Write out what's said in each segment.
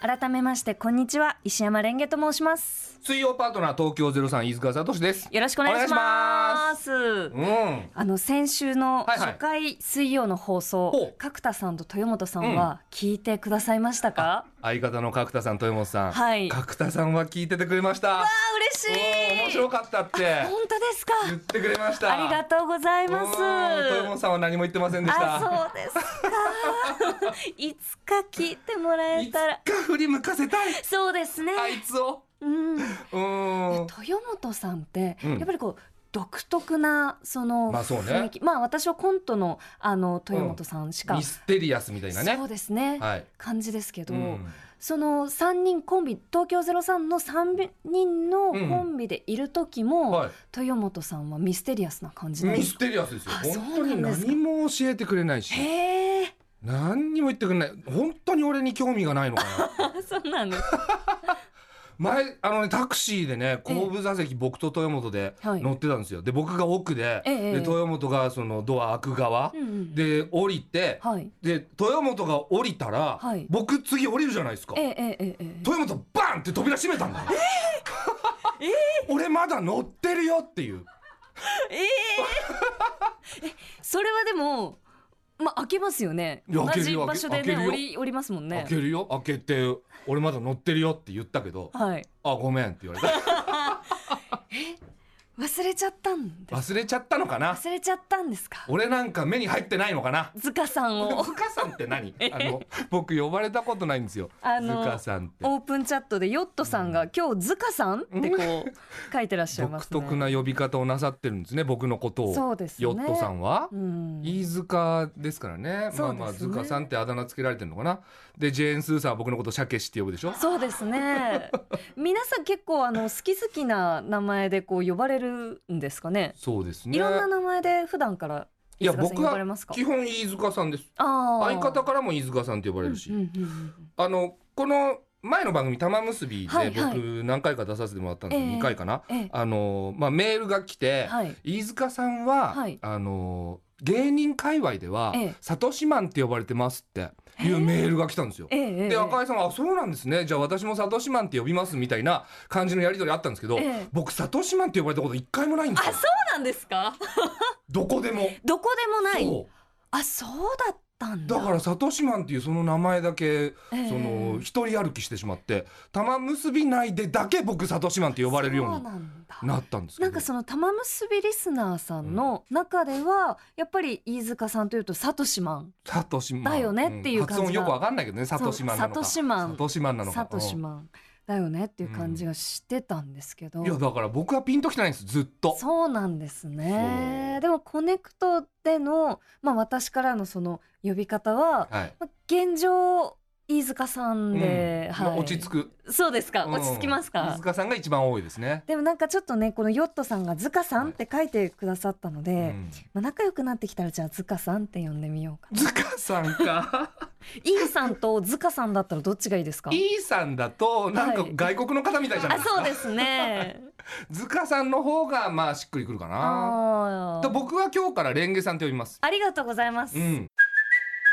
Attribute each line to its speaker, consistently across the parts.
Speaker 1: 改めましてこんにちは石山レンゲと申します
Speaker 2: 水曜パートナー東京ゼロ飯塚聡です。
Speaker 1: よろしくお願いします
Speaker 2: うん。
Speaker 1: あの先週の
Speaker 2: はいはい
Speaker 1: 初回水曜の放送、
Speaker 2: ほう
Speaker 1: 角田さんと豊本さんは聞いてくださいましたか、
Speaker 2: 相方の角田さん、豊本さん。
Speaker 1: はい
Speaker 2: 角田さんは聞いててくれました。
Speaker 1: あ嬉し
Speaker 2: お
Speaker 1: い
Speaker 2: ー面白かったって
Speaker 1: 本当ですか
Speaker 2: 言ってくれました。
Speaker 1: ありがとうございます
Speaker 2: うん豊本さんは何も言ってませんでした。
Speaker 1: あそうですか いつか聞いてもらえ
Speaker 2: いつ
Speaker 1: たら
Speaker 2: か振り向かせたい。
Speaker 1: そうですね、
Speaker 2: あいつを。
Speaker 1: うん
Speaker 2: うん。
Speaker 1: 豊本さんって、
Speaker 2: うん
Speaker 1: やっぱりこう独特なその
Speaker 2: まあそうね
Speaker 1: 雰囲気、まあ私はコントのあの豊本さんしか、
Speaker 2: ミステリアスみたいなね
Speaker 1: そう。ですね、
Speaker 2: はい。
Speaker 1: 感じですけど、
Speaker 2: うん
Speaker 1: その三人コンビ東京ゼロ三の三人のコンビでいる時も、
Speaker 2: はい。
Speaker 1: 豊本さんはミステリアスな感じなんで
Speaker 2: ミ
Speaker 1: す
Speaker 2: ステリアスですよ。
Speaker 1: あそう
Speaker 2: 本当
Speaker 1: な
Speaker 2: に
Speaker 1: んですか
Speaker 2: 何も教えてくれないし、
Speaker 1: へえ
Speaker 2: 何にも言ってくれない。本当に俺に興味がないのかな。
Speaker 1: そうなんです
Speaker 2: 前あのねタクシーでね後部座席僕と豊本で
Speaker 1: はい
Speaker 2: 乗ってたんですよ、で僕が奥で,、
Speaker 1: ええええ
Speaker 2: で豊本がそのドア開く側
Speaker 1: うん、うん、
Speaker 2: で降りて、
Speaker 1: はい
Speaker 2: で豊本が降りたら、
Speaker 1: はい
Speaker 2: 僕次降りるじゃないですか
Speaker 1: ええええええ
Speaker 2: 豊本バンって扉閉めたんだよ、 俺まだ乗ってるよっていう
Speaker 1: えーえそれはでもまあ開けますよね
Speaker 2: いや
Speaker 1: 同
Speaker 2: 開ける
Speaker 1: じ
Speaker 2: よ
Speaker 1: 場所で
Speaker 2: 開
Speaker 1: ね
Speaker 2: けるよ
Speaker 1: 降り降りますもん
Speaker 2: 開
Speaker 1: ね
Speaker 2: けるよ開けて俺まだ乗ってるよって言ったけど
Speaker 1: はい
Speaker 2: あごめんって言わ れた
Speaker 1: 忘れちゃったんです
Speaker 2: 忘れちゃったのかな
Speaker 1: 忘れちゃったんですか
Speaker 2: 俺なんか目に入ってないのかな
Speaker 1: 塚さんを
Speaker 2: 塚さんって 何あの僕呼ばれたことないんですよ
Speaker 1: あの
Speaker 2: 塚さんって
Speaker 1: オープンチャットでヨットさんが「今日塚さん?」ってこう書いてらっしゃいま
Speaker 2: 独
Speaker 1: すね
Speaker 2: 特な呼び方をなさってるんですね僕のことを
Speaker 1: そうですね
Speaker 2: ヨットさんは、
Speaker 1: うん
Speaker 2: 飯塚ですからねまあま
Speaker 1: そう
Speaker 2: あ
Speaker 1: ですね
Speaker 2: 塚さんってあだ名つけられてるのかなでジェーン・スーさんは僕のことをシャケシって呼ぶでしょ
Speaker 1: そうですね皆さん結構あの好き好きな名前でこう呼ばれるんですかね
Speaker 2: そうですね
Speaker 1: いろんな名前で普段から
Speaker 2: いや
Speaker 1: 飯塚さん
Speaker 2: 僕
Speaker 1: 呼ばれ
Speaker 2: は
Speaker 1: ますか
Speaker 2: 基本飯塚さんです
Speaker 1: あー
Speaker 2: 相方からも飯塚さんって呼ばれるし、
Speaker 1: うんうんうんうん
Speaker 2: あのこの前の番組玉結び
Speaker 1: はい
Speaker 2: で
Speaker 1: はい
Speaker 2: 僕何回か出させてもらったんですよ、
Speaker 1: ええ
Speaker 2: 2回かな、
Speaker 1: ええ
Speaker 2: あのまあメールが来て、
Speaker 1: はい
Speaker 2: 飯塚さんは、
Speaker 1: はい
Speaker 2: あの芸人界隈では
Speaker 1: ええ
Speaker 2: 「サトシマン」って呼ばれてますっていうメールが来たんですよ。
Speaker 1: ええええ
Speaker 2: で赤井さんは「あそうなんですねじゃあ私もサトシマンって呼びます」みたいな感じのやり取りあったんですけど、
Speaker 1: ええ
Speaker 2: 僕サトシマンって呼ばれたこと一回もないんです
Speaker 1: あ
Speaker 2: よ
Speaker 1: そうなんですか
Speaker 2: どこでも。
Speaker 1: どこでもない
Speaker 2: そう
Speaker 1: あそうだったんだ
Speaker 2: だからサトシマンっていうその名前だけ、
Speaker 1: ええ
Speaker 2: その一人歩きしてしまって玉結び内でだけ僕サトシマンって呼ばれるよう
Speaker 1: そう
Speaker 2: に
Speaker 1: なんだ
Speaker 2: なったんですけ
Speaker 1: な
Speaker 2: ど
Speaker 1: んかその玉結びリスナーさんの中ではやっぱり飯塚さんというとサトシマン
Speaker 2: サトシマン
Speaker 1: だよねっていう感じが
Speaker 2: ん発音よくわかんないけどねサトシマンなの
Speaker 1: そう
Speaker 2: か
Speaker 1: サトシマン
Speaker 2: サトシマンなのか
Speaker 1: サトシマンだよねっていう感じがしてたんですけど、
Speaker 2: うんいやだから僕はピンときてないんですずっと
Speaker 1: そうなんですね
Speaker 2: そう
Speaker 1: でもコネクトでの、まあ、私からのその呼び方は、
Speaker 2: はい、
Speaker 1: まあ現状飯塚さんで、
Speaker 2: うん
Speaker 1: はい、
Speaker 2: 落ち着く
Speaker 1: そうですか
Speaker 2: うん
Speaker 1: 落ち着きますか、
Speaker 2: 飯塚さんが一番多いですね、
Speaker 1: でもなんかちょっとねこのヨットさんが「塚さん」って書いてくださったので、
Speaker 2: うん
Speaker 1: まあ、仲良くなってきたらじゃあ塚さんって呼んでみようか
Speaker 2: 塚さ んか
Speaker 1: イーさんと塚さんだったらどっちがいいですか
Speaker 2: E さんだとなんか外国の方みたいじゃない
Speaker 1: あ
Speaker 2: ですか、
Speaker 1: そうですね
Speaker 2: 塚さんの方がま あしっくりくるか
Speaker 1: あ
Speaker 2: なで
Speaker 1: ー
Speaker 2: 僕は今日からレンゲさんって呼びます
Speaker 1: ありがとうございます、
Speaker 2: うん。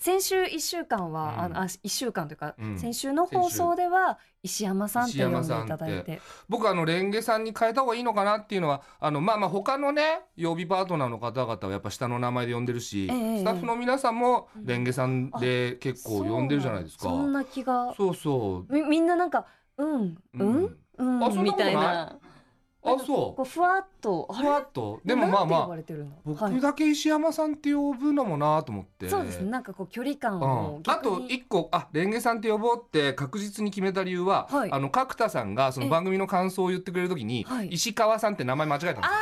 Speaker 1: 先週1週間は、
Speaker 2: うん
Speaker 1: あのあ1週間というか、
Speaker 2: うん
Speaker 1: 先週の放送では石山さんって呼んでいただい
Speaker 2: 石山さんって僕あのレンゲさんに変えた方がいいのかなっていうのはあのまあまあ他のね曜日パートナーの方々はやっぱ下の名前で呼んでるし、
Speaker 1: ええ
Speaker 2: スタッフの皆さんもレンゲさんで結構呼んでるじゃないですか。
Speaker 1: そうなんそんな気が
Speaker 2: そうそう。
Speaker 1: みみんななんかうんう
Speaker 2: うんん
Speaker 1: うん、
Speaker 2: あそんな
Speaker 1: み
Speaker 2: こと
Speaker 1: た
Speaker 2: ない
Speaker 1: いな
Speaker 2: あそ
Speaker 1: こうふわっと
Speaker 2: う。
Speaker 1: あ
Speaker 2: ふ
Speaker 1: れ
Speaker 2: わっとでもま
Speaker 1: な
Speaker 2: あ
Speaker 1: んて呼ば
Speaker 2: まあ
Speaker 1: れてるの
Speaker 2: 僕だけ石山さんって呼ぶのもなと思って。
Speaker 1: そうですね。なんかこう距離感
Speaker 2: う
Speaker 1: を
Speaker 2: ん、あと一個あレンゲさんって呼ぼうって確実に決めた理由は、
Speaker 1: はい
Speaker 2: あの角田さんがその
Speaker 1: え
Speaker 2: 番組の感想を言ってくれるときに、
Speaker 1: はい
Speaker 2: 石川さんって名前間違えたんですよ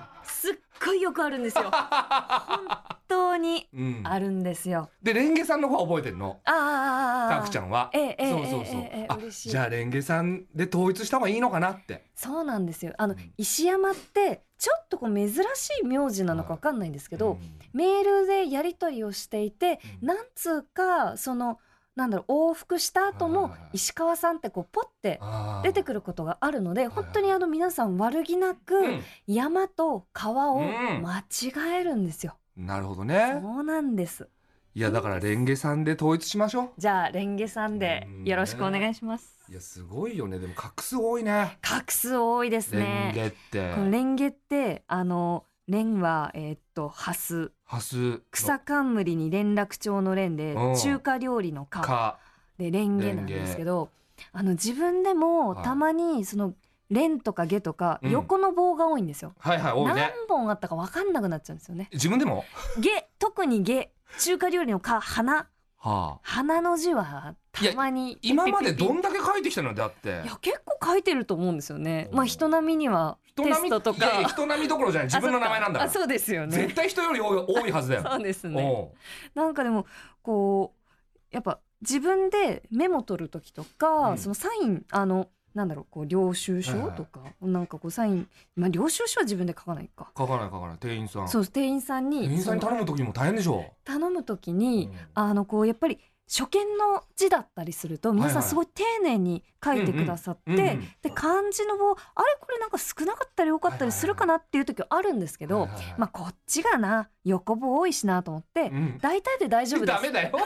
Speaker 1: ああーすっごいよくあるんですよ本当に
Speaker 2: うん、
Speaker 1: あるんですよ。
Speaker 2: でレンゲさんの方は覚えてるの
Speaker 1: ああ。
Speaker 2: たくちゃんは
Speaker 1: ええええ
Speaker 2: そうそうそう、
Speaker 1: ええええ
Speaker 2: あ
Speaker 1: 嬉しい
Speaker 2: じゃあレンゲさんで統一した方がいいのかなって
Speaker 1: そうなんですよ。あの、
Speaker 2: うん
Speaker 1: 石山ってちょっとこう珍しい名字なのかわかんないんですけど、
Speaker 2: うん
Speaker 1: メールでやり取りをしていて、
Speaker 2: うん
Speaker 1: なんつうかそのなんだろう往復した後
Speaker 2: はい
Speaker 1: も
Speaker 2: はいはい
Speaker 1: 石川さんってこうポッて
Speaker 2: あー
Speaker 1: 出てくることがあるので
Speaker 2: いはい
Speaker 1: 本当にあの皆さん悪気なく山と川を
Speaker 2: うん
Speaker 1: 間違えるんですよ。
Speaker 2: うん、なるほどね
Speaker 1: そうなんです。
Speaker 2: いやだからレンゲさんで統一しましょ
Speaker 1: じゃあレンゲさんでよろしくお願いします。
Speaker 2: ういやすごいよねでも画数多いね
Speaker 1: 画数多いです
Speaker 2: レン
Speaker 1: ね。
Speaker 2: ゲって
Speaker 1: このレンゲってあのレンはえーっとハス
Speaker 2: ハス
Speaker 1: 草冠に連絡帳の連で
Speaker 2: うん
Speaker 1: 中華料理のか
Speaker 2: か
Speaker 1: でレンゲなんですけどあの自分でも
Speaker 2: はい
Speaker 1: たまにそのレンとかゲとか
Speaker 2: うん
Speaker 1: 横の棒が多いんですよ。
Speaker 2: はいはい多い
Speaker 1: 何
Speaker 2: ね
Speaker 1: 本あったか分かんなくなっちゃうんですよね。
Speaker 2: 自分でも
Speaker 1: ゲ特にゲ中華料理のか花
Speaker 2: はあ
Speaker 1: 花の字はたまに
Speaker 2: 今まで
Speaker 1: ピッピッピッピッ
Speaker 2: どんだけ書いてきたのだって
Speaker 1: いや結構書いてると思うんですよね。
Speaker 2: うん
Speaker 1: まあ人並みには
Speaker 2: 人
Speaker 1: テ
Speaker 2: 並
Speaker 1: ス
Speaker 2: み
Speaker 1: トと
Speaker 2: いやいや
Speaker 1: か
Speaker 2: 人並みどころじゃない自分の名前なんだか
Speaker 1: あ
Speaker 2: ら
Speaker 1: そうですよね
Speaker 2: 絶。対人より多い多いはずだよ
Speaker 1: そうですね。
Speaker 2: おう
Speaker 1: なんかでもこうやっぱ自分でメモ取る時とか、
Speaker 2: うん
Speaker 1: そのサインあのなんだろうこう領収書とか、なんかこうサイン、まあ、領収書は自分で書かないか、
Speaker 2: 書かない書かない店員さん
Speaker 1: そう店員さんに
Speaker 2: 店員さんに
Speaker 1: その
Speaker 2: 頼む時も大変でしょ
Speaker 1: 頼む時に、
Speaker 2: うん
Speaker 1: あのこうやっぱり初見の字だったりすると皆
Speaker 2: はい
Speaker 1: さ
Speaker 2: は
Speaker 1: ん
Speaker 2: い
Speaker 1: すごい丁寧に書いてくださって、
Speaker 2: うんうんうんうん
Speaker 1: で漢字の棒あれこれなんか少なかったり多かったりするかなっていう時はあるんですけど、
Speaker 2: はいはいはい
Speaker 1: まあこっちがな横棒多いしなと思って、
Speaker 2: うん
Speaker 1: 大体で大丈夫で
Speaker 2: ダメ
Speaker 1: す
Speaker 2: だよ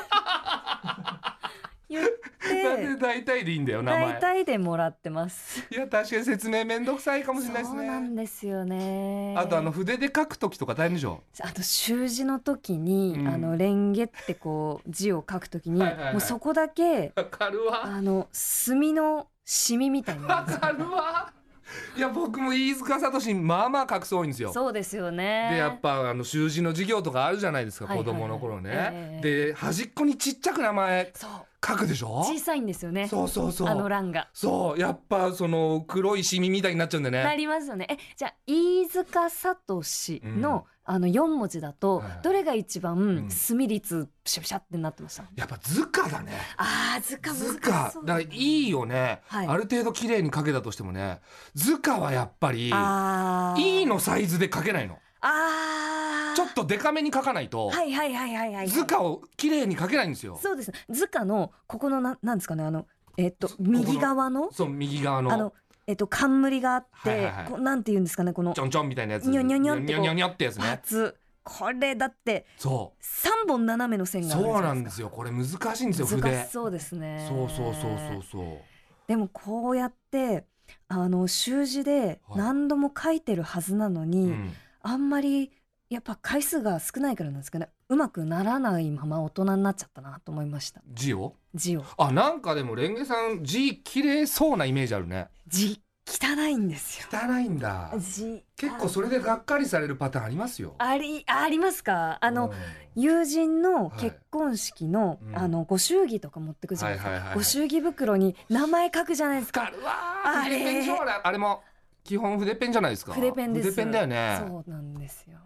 Speaker 1: 言っ
Speaker 2: なん
Speaker 1: て
Speaker 2: で大体でいいんだよ 名前
Speaker 1: 大体でもらってます。
Speaker 2: いや確かに説明めんどくさいかもしれないで
Speaker 1: そ
Speaker 2: す
Speaker 1: うなん
Speaker 2: ね
Speaker 1: ですよね。
Speaker 2: あとあの筆で書く時とか大変でしょ
Speaker 1: あと習字の時に、
Speaker 2: うん
Speaker 1: あのレンゲってこう字を書くときに、
Speaker 2: はいはいはい
Speaker 1: もうそこだ け
Speaker 2: わかるわ
Speaker 1: あの墨のシミみたいになる
Speaker 2: わ
Speaker 1: んですよ
Speaker 2: かるわいや僕も飯塚聡まあまあ隠そういんです よ
Speaker 1: そうですよね。
Speaker 2: でやっぱあの習字の授業とかあるじゃないですか、
Speaker 1: はいはいはい
Speaker 2: 子供の頃ね、
Speaker 1: え
Speaker 2: で端っこにちっちゃく名前
Speaker 1: そう
Speaker 2: 書くでしょ
Speaker 1: 小さいんですよね。
Speaker 2: そうそうそう
Speaker 1: あの欄が。
Speaker 2: そうやっぱその黒いシミみたいになっちゃうんで
Speaker 1: な
Speaker 2: ね
Speaker 1: りますよね。えじゃあ飯塚聡の、あの四文字だと、
Speaker 2: はいはい
Speaker 1: どれが一
Speaker 2: う
Speaker 1: 番
Speaker 2: ん
Speaker 1: 墨率ピシャピシャってなってました。
Speaker 2: やっぱ図鑑だね
Speaker 1: ああ図鑑難しそ
Speaker 2: 図
Speaker 1: うだな
Speaker 2: 鑑だからいいよね、
Speaker 1: はい
Speaker 2: ある程度綺麗に書けたとしてもね図鑑はやっぱり
Speaker 1: あー
Speaker 2: E のサイズで書けないの
Speaker 1: あー
Speaker 2: ちょっとデカめに書かないと、
Speaker 1: はいはいはいはいはいはい
Speaker 2: 図鑑を綺麗に書けないんですよ
Speaker 1: そうですね図鑑のここのななんですかねあのえっと
Speaker 2: ここの
Speaker 1: 右側の
Speaker 2: そう右側の
Speaker 1: あのえっと冠があって、
Speaker 2: はいはいはい
Speaker 1: こうなんて言うんですかねこの
Speaker 2: ちょんちょんみたいなやつ
Speaker 1: にょにょにょってこう
Speaker 2: にょにょにょってやつ
Speaker 1: パー
Speaker 2: ね
Speaker 1: ツこれだって
Speaker 2: そう
Speaker 1: 三本斜めの線があるじゃ
Speaker 2: そうなん
Speaker 1: で
Speaker 2: ですすよこれ難しいんですよ
Speaker 1: か難
Speaker 2: 筆
Speaker 1: しそうですね
Speaker 2: そうそうそうそうそう
Speaker 1: でもこうやってあの習字で
Speaker 2: はい
Speaker 1: 何度も書いてるはずなのに、
Speaker 2: うん
Speaker 1: あんまりやっぱ回数が少ないからなんですかねうまくならないまま大人になっちゃったなと思いました
Speaker 2: 字を
Speaker 1: 字を
Speaker 2: あなんかでもレンゲさん字綺麗そうなイメージあるね
Speaker 1: 字汚いんですよ
Speaker 2: 汚いんだ
Speaker 1: 字
Speaker 2: 結構それでがっかりされるパターンありますよ
Speaker 1: ありあありますかあの、
Speaker 2: うん
Speaker 1: 友人の
Speaker 2: はい
Speaker 1: 結婚式の、
Speaker 2: うん
Speaker 1: あのご祝儀とか持ってくじゃないですか、
Speaker 2: はいはいはいはい
Speaker 1: ご祝儀袋に名前書くじゃないです
Speaker 2: あ
Speaker 1: か
Speaker 2: るわー
Speaker 1: あれ
Speaker 2: 筆ペンでしょあれあれも基本筆ペンじゃないですか
Speaker 1: 筆ペンです
Speaker 2: 筆ペンだよね
Speaker 1: そうなんですよ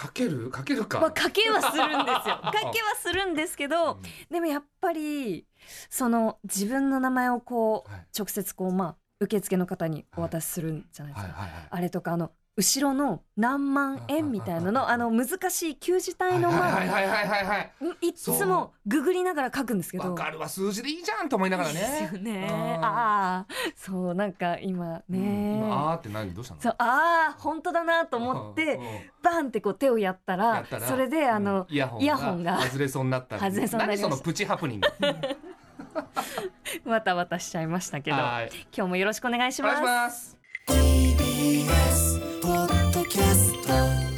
Speaker 2: 書ける書ける
Speaker 1: まあ
Speaker 2: か
Speaker 1: 書けはするんですよ書けはするんですけど、
Speaker 2: うん
Speaker 1: でもやっぱりその自分の名前をこう、
Speaker 2: はい
Speaker 1: 直接こうまあ受付の方にお渡しするんじゃないで
Speaker 2: は
Speaker 1: す
Speaker 2: い
Speaker 1: か、
Speaker 2: はいはい
Speaker 1: あれとかあの後ろの何万円みたいなのあの難しい旧字体のまあ
Speaker 2: はいはいはいはいはい
Speaker 1: うんいっつもググりながら書くんですけど。
Speaker 2: わかるわ数字でいいじゃんと思いながら
Speaker 1: いいですよ
Speaker 2: ね
Speaker 1: ね。
Speaker 2: うん
Speaker 1: ああ、そうなんか今
Speaker 2: うん
Speaker 1: ね、
Speaker 2: 今あーって何どうしたの
Speaker 1: そうああ本当だなと思っ
Speaker 2: う
Speaker 1: て
Speaker 2: んうん
Speaker 1: バンってこう手をやった
Speaker 2: や
Speaker 1: ら
Speaker 2: ったら
Speaker 1: それであの、
Speaker 2: うんイヤホン
Speaker 1: イヤホンが
Speaker 2: 外れそうになったり
Speaker 1: 外れそうになりました
Speaker 2: 何そのプチハプニング
Speaker 1: わたわたしちゃいま したけど、
Speaker 2: はい
Speaker 1: 今日もよろしくお願いし
Speaker 2: お願い
Speaker 1: ま
Speaker 2: し
Speaker 1: す。
Speaker 2: ます
Speaker 3: ポッドキャスト